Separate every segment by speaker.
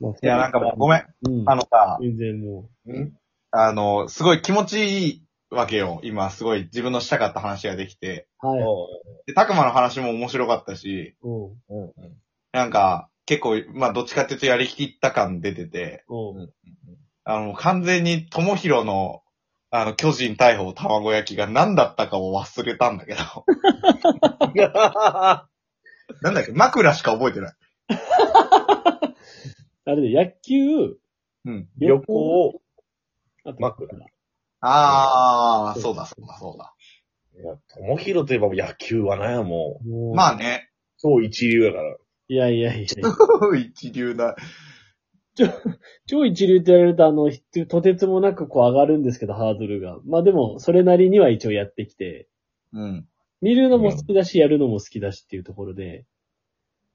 Speaker 1: まあ
Speaker 2: いや、なんかもうごめん。
Speaker 1: うん。
Speaker 2: あのさ、
Speaker 1: 全然も
Speaker 2: あの、すごい気持ちいいわけよ。今、すごい自分のしたかった話ができて。
Speaker 1: う。はい。
Speaker 2: で、たくまの話も面白かったし、
Speaker 1: うん。
Speaker 3: うんうん。
Speaker 2: なんか、結構、まあ、どっちかっていうとやりきった感出てて、
Speaker 1: うん。
Speaker 2: あの、完全に、ともひろの、あの、巨人逮捕卵焼きが何だったかを忘れたんだけど。 なんだっけ枕しか覚えてない。
Speaker 1: あれで、野球、
Speaker 2: うん。
Speaker 3: 旅行を
Speaker 1: あと、
Speaker 3: 枕
Speaker 2: あー、そうだ、そうだ、そうだ。
Speaker 3: いや、ともひろといえば野球はなや、もう。
Speaker 1: もう、
Speaker 2: まあね、
Speaker 3: 超一流やから。
Speaker 1: いやいやいや。
Speaker 2: 一流だ。
Speaker 1: 超一流って言われると、あの、ひとてつもなくこう上がるんですけど、ハードルが。まあでも、それなりには一応やってきて、
Speaker 2: うん。
Speaker 1: 見るのも好きだし、やるのも好きだしっていうところで、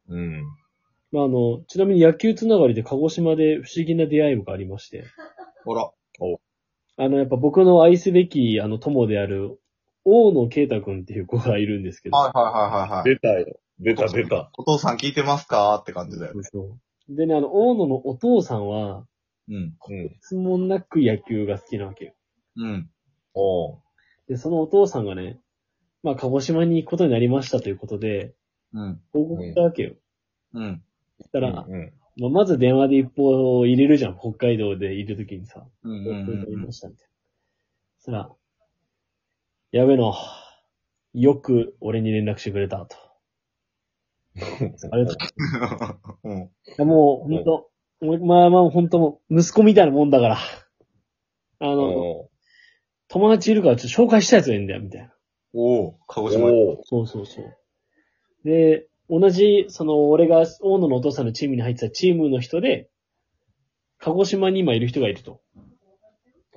Speaker 3: うん。
Speaker 1: まああの、ちなみに野球つながりで鹿児島で不思議な出会いがありまして、
Speaker 2: ほら。
Speaker 1: あの、やっぱ僕の愛すべき、あの、友である、大野啓太くんっていう子がいるんですけど、
Speaker 2: はいはいはいはいはい。
Speaker 3: 出たよ。出た出た。
Speaker 2: お父さん聞いてますかって感じだよね。
Speaker 1: そうでね、あの、大野のお父さんは、
Speaker 2: うん。
Speaker 3: うん。
Speaker 1: 質問なく野球が好きなわけよ。
Speaker 2: うん。
Speaker 3: おう
Speaker 1: で、そのお父さんがね、まあ、鹿児島に行くことになりましたということで、
Speaker 2: うん。
Speaker 1: 報告したわけよ。
Speaker 2: うん。
Speaker 1: したら、
Speaker 3: うん。
Speaker 1: まあ、まず電話で一報を入れるじゃん、北海道でいるときにさ。
Speaker 2: うん。
Speaker 1: こ
Speaker 2: う
Speaker 1: ういうことあり
Speaker 2: ん
Speaker 1: ましたみたいな。そしたら、やべの、よく俺に連絡してくれた、と。ありがと
Speaker 2: うん。うん。
Speaker 1: いやもう、ほんと、俺まあまあ、ほんともう、息子みたいなもんだから。あの、
Speaker 3: おう
Speaker 1: 友達いるからちょっと紹介したやつがいいんだよ、みたいな。
Speaker 2: おお鹿児島に。
Speaker 3: おう
Speaker 1: そうそうそう。で、同じ、その、俺が大野のお父さんのチームに入ってたチームの人で、鹿児島に今いる人がいると。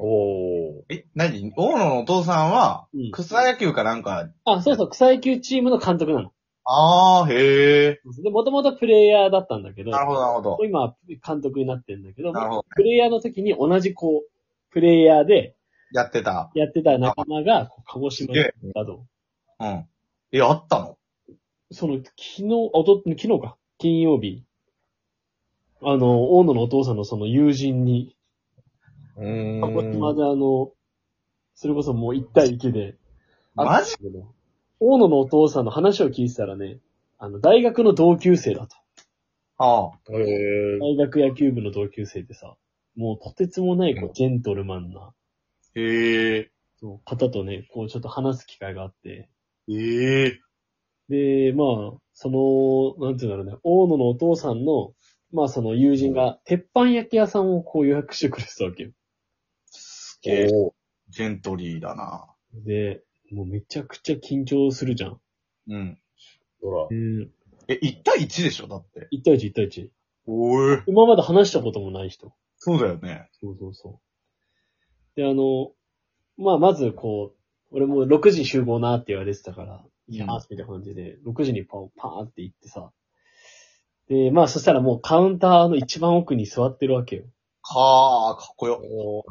Speaker 3: おう
Speaker 2: え、何大野のお父さんは
Speaker 1: うん、
Speaker 2: 草野球かなんか、
Speaker 1: あ、そうそう、草野球チームの監督なの。
Speaker 2: あー、へえ。
Speaker 1: で、もともとプレイヤーだったんだけど、
Speaker 2: なるほど、なるほど。
Speaker 1: 今は監督になってるんだけど、
Speaker 2: なるほど。
Speaker 1: プレイヤーの時に同じこう、プレイヤーで
Speaker 2: やってた。
Speaker 1: やってた仲間が、こう鹿児島
Speaker 2: すげえ
Speaker 1: だと。
Speaker 2: うん。え、あったの
Speaker 1: その、昨日、おと、昨日か、金曜日、あの、大野のお父さんのその友人に、
Speaker 3: うーん。
Speaker 1: 鹿児島であの、それこそもう一対一で、
Speaker 2: マジ
Speaker 1: 会ったんだけど大野のお父さんの話を聞いてたらね、あの、大学の同級生だと。
Speaker 2: ああ。
Speaker 3: へえ。
Speaker 1: 大学野球部の同級生でさ、もうとてつもないこうジェントルマンな
Speaker 2: へえ。
Speaker 1: そう方とね、こうちょっと話す機会があって、
Speaker 2: ええ。
Speaker 1: で、まあ、その、なんていうんだろうね、大野のお父さんの、まあその友人が、鉄板焼き屋さんをこう予約してくれてたわけよ。
Speaker 2: すげえ。
Speaker 3: おう
Speaker 2: ジェントリーだな。
Speaker 1: で、もうめちゃくちゃ緊張するじゃん。
Speaker 2: うん。
Speaker 3: ほ
Speaker 1: うん。
Speaker 2: え、1対1でしょだって。
Speaker 1: 一対一一対一。
Speaker 2: おえ。
Speaker 1: 今まで話したこともない人。
Speaker 2: そうだよね。
Speaker 1: そうそうそう。で、あの、まあ、まずこう、俺も6時集合なって言われてたから、いやー、みたいな感じで、6時にパン、パーンって行ってさ。で、まあ、そしたらもうカウンターの一番奥に座ってるわけよ。
Speaker 2: はあ、かっこ
Speaker 3: ら。
Speaker 2: よ。
Speaker 3: おう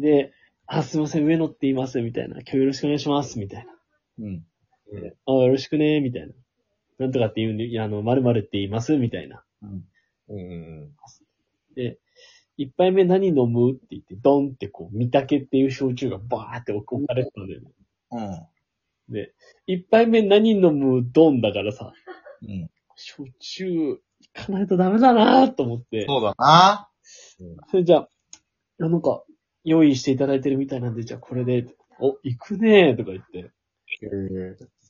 Speaker 1: で、あ、すいません、上野って言います、みたいな。今日よろしくお願いします、みたいな。
Speaker 2: うん。
Speaker 1: あ、よろしくね、みたいな。なんとかって言うんで、いや、あの、〇〇って言います、みたいな。
Speaker 2: うん。
Speaker 3: うん。
Speaker 1: で、一杯目何飲むって言って、ドンってこう、三竹っていう焼酎がバーって置かれてたんだよね。
Speaker 2: うん。
Speaker 1: 一杯目何飲むドンだからさ、
Speaker 2: うん。
Speaker 1: 焼酎行かないとダメだなと思って。
Speaker 2: そうだな。
Speaker 1: それじゃあ、あなんか、用意していただいてるみたいなんで、じゃあこれで、お、行くねーとか言って、
Speaker 2: へえ。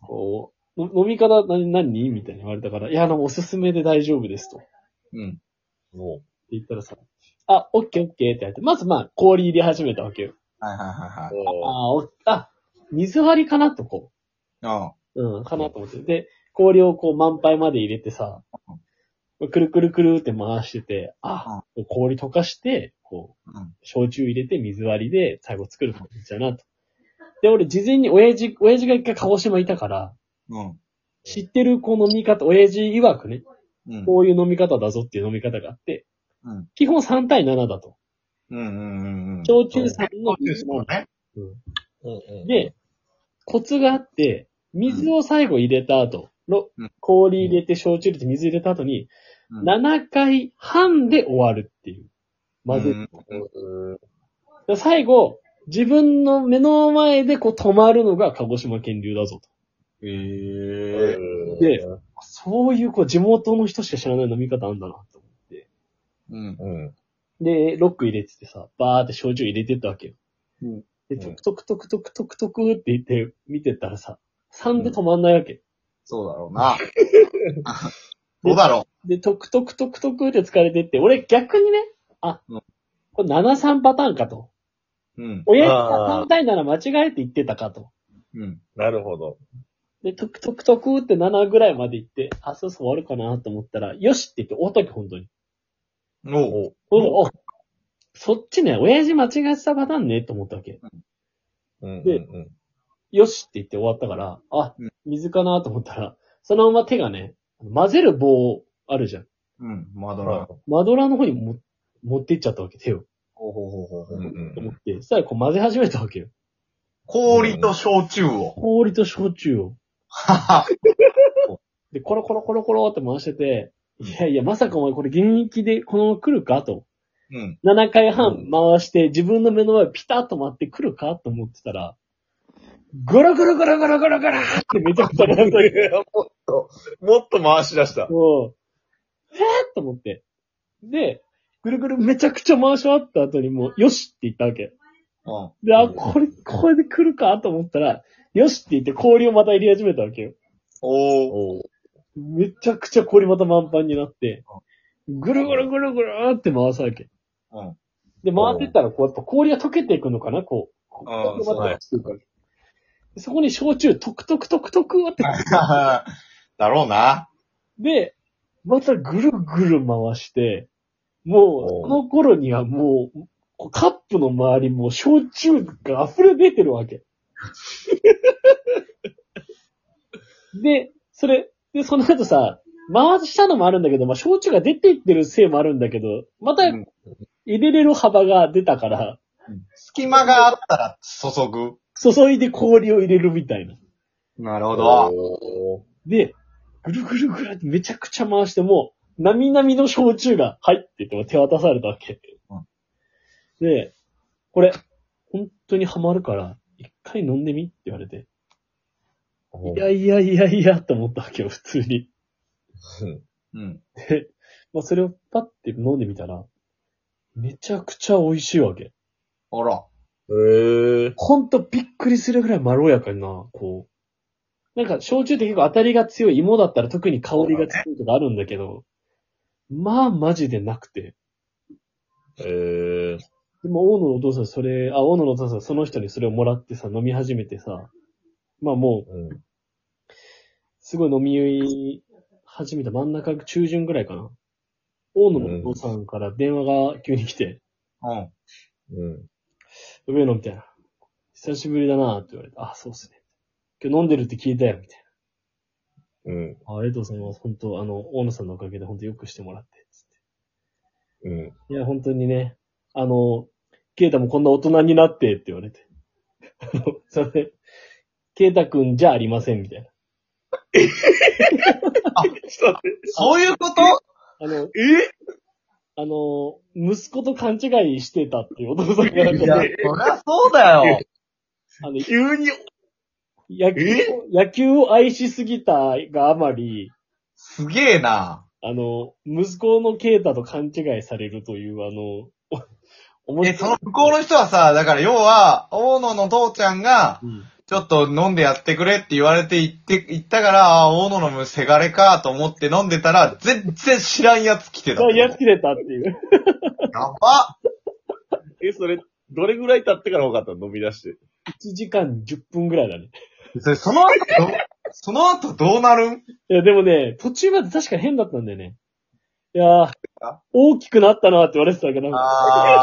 Speaker 1: こう、の飲み方何、何みたいに言われたから、いや、あの、おすすめで大丈夫ですと。って
Speaker 2: うん。
Speaker 3: おう
Speaker 1: 言ったらさ、あ、オッケーオッケーってやって、まずまあ、氷入れ始めたわけよ。
Speaker 2: はいはいはいはい。
Speaker 3: おう
Speaker 1: あ、お、あ、水割りかなとこう。
Speaker 2: ああ。
Speaker 1: うん、かなと思って。で、氷をこう満杯まで入れてさ、くるくるくるって回してて、あ、氷溶かして、こう
Speaker 2: うん、
Speaker 1: 焼酎入れて水割りで最後作る感じだなと。で、俺事前に親父、親父が一回鹿児島いたから、
Speaker 2: うん。
Speaker 1: 知ってるこう飲み方、親父曰くね、
Speaker 2: うん。
Speaker 1: こういう飲み方だぞっていう飲み方があって、
Speaker 2: うん
Speaker 1: 基本3対7だと。
Speaker 2: うんうんうんうん。
Speaker 1: 焼酎3の
Speaker 2: そうですもんね。
Speaker 3: うんうん
Speaker 1: で、コツがあって、水を最後入れた後、ろ
Speaker 2: うん
Speaker 1: 氷入れて、焼酎入れて、水入れた後に、
Speaker 2: うん
Speaker 1: 7回半で終わるっていう。まずい
Speaker 2: うん
Speaker 3: うん。
Speaker 1: で最後、自分の目の前でこう止まるのが鹿児島県流だぞと。
Speaker 2: ええ
Speaker 3: うん
Speaker 1: でそういうこう地元の人しか知らない飲み方あんだなと思って。
Speaker 2: うん。
Speaker 3: うん。
Speaker 1: で、ロック入れててさ、バーって焼酎入れてったわけよ。
Speaker 2: うん
Speaker 1: で、
Speaker 3: うん
Speaker 1: トクトクトクトクトクトクって言って見てったらさ、3で止まんないわけ。
Speaker 2: そうだろう な。どうだろ
Speaker 1: で、トクトクトクトクって疲れてって、俺逆にね、あ
Speaker 2: うん、
Speaker 1: これ73パターンかと。
Speaker 2: う。うん。
Speaker 1: 親が
Speaker 3: あー
Speaker 1: 3対7間違えて言ってたかと。
Speaker 2: うん。
Speaker 3: なるほど。
Speaker 1: で、トクトクトクって7ぐらいまで行って、あ、そうそう終わるかなと思ったら、よしって言って終わったわけ、本当に。
Speaker 2: おう。
Speaker 1: おおそっちね、親父間違えてたパターンね、と思ったわけ。
Speaker 3: うん。
Speaker 1: で
Speaker 3: うん
Speaker 1: よしって言って終わったから、あ
Speaker 2: うん、
Speaker 1: 水かなと思ったら、そのまま手がね、混ぜる棒あるじゃん。
Speaker 2: うん。マド
Speaker 3: うん。
Speaker 2: ラー。
Speaker 1: マドラーの方にも持ってっちゃったわけ、手を。
Speaker 2: ほうほうほうほうほ
Speaker 3: う
Speaker 2: うん
Speaker 3: うん
Speaker 1: と思って、そしたらこう混ぜ始めたわけよ。
Speaker 2: 氷と焼酎を。
Speaker 1: 氷と焼酎を。
Speaker 2: はは。
Speaker 1: で、コロコロコロコロって回してて、いやいや、まさかお前これ現役でこのまま来るかと。
Speaker 2: うん。
Speaker 1: 7回半回して自分の目の前ピタッと回って来るかと思ってたら、ぐるぐるぐるぐるぐるぐるってめちゃくちゃ回っ
Speaker 3: い
Speaker 1: て、
Speaker 3: やもっと、もっと回し出した。
Speaker 1: もう、えーっと思って。で、ぐるぐるめちゃくちゃ回し終わった後にもう、よしって言ったわけ。
Speaker 2: うん。
Speaker 1: で、あ、これ、これで来るかと思ったら、よしって言って氷をまた入れ始めたわけよ。
Speaker 2: おー。
Speaker 3: おう
Speaker 1: めちゃくちゃ氷また満帆になって、ぐるぐるぐるぐるーって回すわけ。
Speaker 2: うん。
Speaker 1: で、回ってったら、こう、やっぱ氷が溶けていくのかな、こう。こ
Speaker 2: あー
Speaker 1: こまで落ちていくわけでそこに焼酎、トクトクトクトクって。
Speaker 2: だろうな。
Speaker 1: で、またぐるぐる回して、も
Speaker 3: お
Speaker 1: う、
Speaker 3: う
Speaker 1: この頃にはもう、こうカップの周りもう焼酎が溢れ出てるわけ。で、それ、で、その後さ、回したのもあるんだけど、まあ、焼酎が出ていってるせいもあるんだけど、また
Speaker 2: う
Speaker 1: 入
Speaker 2: ん
Speaker 1: れれる幅が出たから、
Speaker 2: 隙間があったら注ぐ。
Speaker 1: 注いで氷を入れるみたいな。
Speaker 2: なるほど。
Speaker 3: お
Speaker 1: で、ぐるぐるぐるってめちゃくちゃ回しても、なみなみの焼酎が、はいって言って手渡されたわけ。で、これ、本当にハマるから、一回飲んでみって言われて。
Speaker 3: ー
Speaker 1: いやいやいやいや、と思ったわけよ、普通に。
Speaker 2: うん。
Speaker 1: で、まあ、それをパッて飲んでみたら、めちゃくちゃ美味しいわけ。
Speaker 2: あら。
Speaker 3: へえ。
Speaker 1: ほんとびっくりするぐらいまろやかな、こう。なんか、焼酎って結構当たりが強い芋だったら特に香りが強いとかあるんだけど、まあ、マジでなくて。
Speaker 3: へえ。
Speaker 1: でも、大野のお父さんそれ、あ、大野のお父さんその人にそれをもらってさ、飲み始めてさ、まあもう、
Speaker 3: うん。
Speaker 1: すごい飲み始めた真ん中中旬ぐらいかな。大野のお父さんから電話が急に来て、
Speaker 2: うん。
Speaker 3: うん。
Speaker 1: 上野みたいな。久しぶりだなって言われて、あ、そうっすね。今日飲んでるって聞いたよ、みたいな。
Speaker 3: うん。
Speaker 1: あありがとうございます。本当あの、大野さんのおかげで本当よくしてもらって、つっ
Speaker 3: うん。
Speaker 1: て。いや、本当にね、あの、ケイタもこんな大人になって、って言われて。 あのそれ、ケイタくんじゃありません、みたいな。
Speaker 3: ちょっと待って
Speaker 2: そういうこと
Speaker 1: あの、
Speaker 3: え
Speaker 1: あの、息子と勘違いしてたっていうお父さんが、なん
Speaker 2: い
Speaker 1: か
Speaker 2: や、そりゃそうだよ。
Speaker 1: あの、
Speaker 3: 急に、
Speaker 1: 野球を、野球を愛しすぎたがあまり、
Speaker 2: すげえな。
Speaker 1: あの、息子のケイタと勘違いされるという、あの、お面
Speaker 2: え、
Speaker 1: 白
Speaker 2: そ
Speaker 1: い
Speaker 2: の向こうの人はさ、だから要は、大野の父ちゃんが、
Speaker 1: うん
Speaker 2: ちょっと飲んでやってくれって言われて行って、行ったから、あー大野のせがれかと思って飲んでたら、全然知らんやつ来てた。
Speaker 1: そう、やっきれたっていう。
Speaker 2: やば
Speaker 3: え、それ、どれぐらい経ってから分かったの飲み出して。
Speaker 1: 1時間10分ぐらいだね。
Speaker 2: それ、その後ど、その後どうなるん
Speaker 1: いや、でもね、途中まで確かに変だったんだよね。いやー
Speaker 2: あ、
Speaker 1: 大きくなったなって言われてたけど。でも
Speaker 2: あ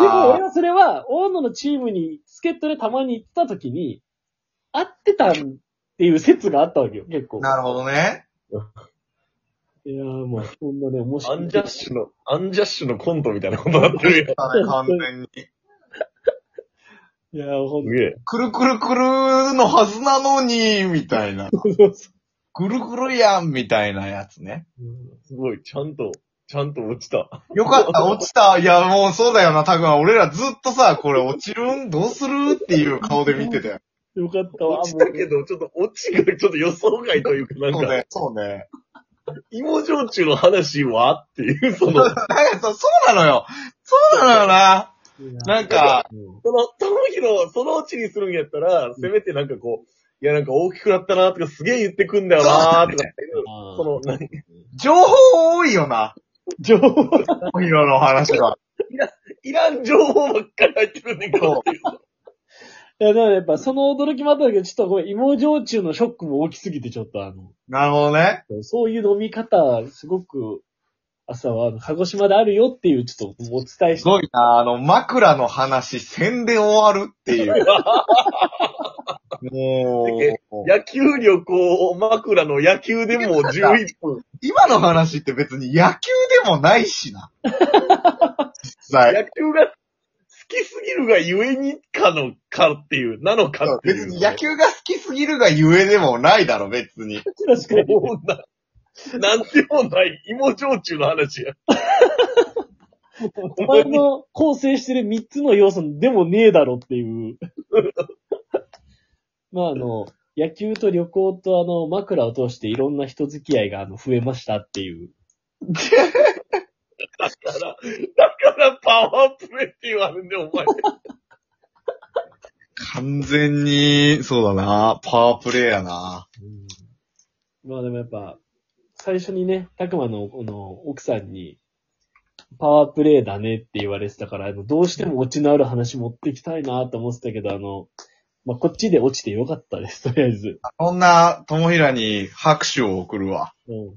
Speaker 1: 俺
Speaker 2: あ。
Speaker 1: はそれは、大野のチームに、助っ人でたまに行った時に、会ってたっていう説があったわけよ、結構。
Speaker 2: なるほどね。
Speaker 1: いやーもう、そんなね、面白
Speaker 3: ア
Speaker 1: い。
Speaker 3: ンジャッシュの、アンジャッシュのコントみたいなことになってるよ。
Speaker 2: だね完全に。
Speaker 1: いやーほん
Speaker 3: すげえ。
Speaker 2: くるくるくるのはずなのに、みたいな。
Speaker 1: と、そうそ
Speaker 2: ぐるぐるやんみたいなやつね。
Speaker 3: すごい、ちゃんと、ちゃんと落ちた。
Speaker 2: よかった、落ちた。いや、もうそうだよな、たくん。俺らずっとさ、これ落ちるんどうするっていう顔で見てたよ。
Speaker 1: よかったわ。
Speaker 3: 落ちたけど、ちょっと落ちがちょっと予想外というか、なん
Speaker 2: そう
Speaker 3: か、
Speaker 2: ね。そうね。
Speaker 3: 芋焼酎の話はっていう、 その、
Speaker 2: なんか そうそうなのよ。そうなのよな。
Speaker 1: もう
Speaker 2: なんか、
Speaker 1: うん
Speaker 3: その、その日の、そのうちにするんやったら、せめてなんかこう、いやなんか大きくなったなとかすげえ言ってくんだよなとか、
Speaker 1: あー
Speaker 3: その、何
Speaker 2: 情報多いよな。
Speaker 1: 情報
Speaker 2: おひろの話が。
Speaker 3: いらん情報ばっかり入ってくんねんけど。
Speaker 1: いや、でもやっぱその驚きもあったけど、ちょっとこれ、芋焼酎のショックも大きすぎて、ちょっとあの、
Speaker 2: なるほどね。
Speaker 1: そういう飲み方、すごく、朝は、あの鹿児島であるよっていう、ちょっとお伝えし
Speaker 2: す
Speaker 1: て、
Speaker 2: ごいな。あの、枕の話、宣伝終わるっていう。もう、
Speaker 3: 野球力を枕の野球でも11分。
Speaker 2: 今の話って別に野球でもないしな。実際。
Speaker 3: 野球が好きすぎるがゆえにかのかっていう、なのかっていう。
Speaker 2: 別に野球が好きすぎるがゆえでもないだろ、別に。
Speaker 1: 確かに。
Speaker 3: もうな、なんでもない芋焼酎の話や。
Speaker 1: お前の構成してる3つの要素でもねえだろっていう。 まあ、あの、野球と旅行とあの、枕を通していろんな人付き合いがあの増えましたっていう。
Speaker 3: だから、だからパワープレイって言われんで、お前。
Speaker 2: 完全に、そうだな。パワープレイやな。
Speaker 1: まあでもやっぱ、最初にね、たくまの、この、奥さんに、パワープレイだねって言われてたから、あのどうしてもオチのある話持ってきたいなと思ってたけど、あの、まあ、こっちで落ちてよかったです、とりあえず。
Speaker 2: そんな、ともひらに拍手を送るわ。
Speaker 1: うん。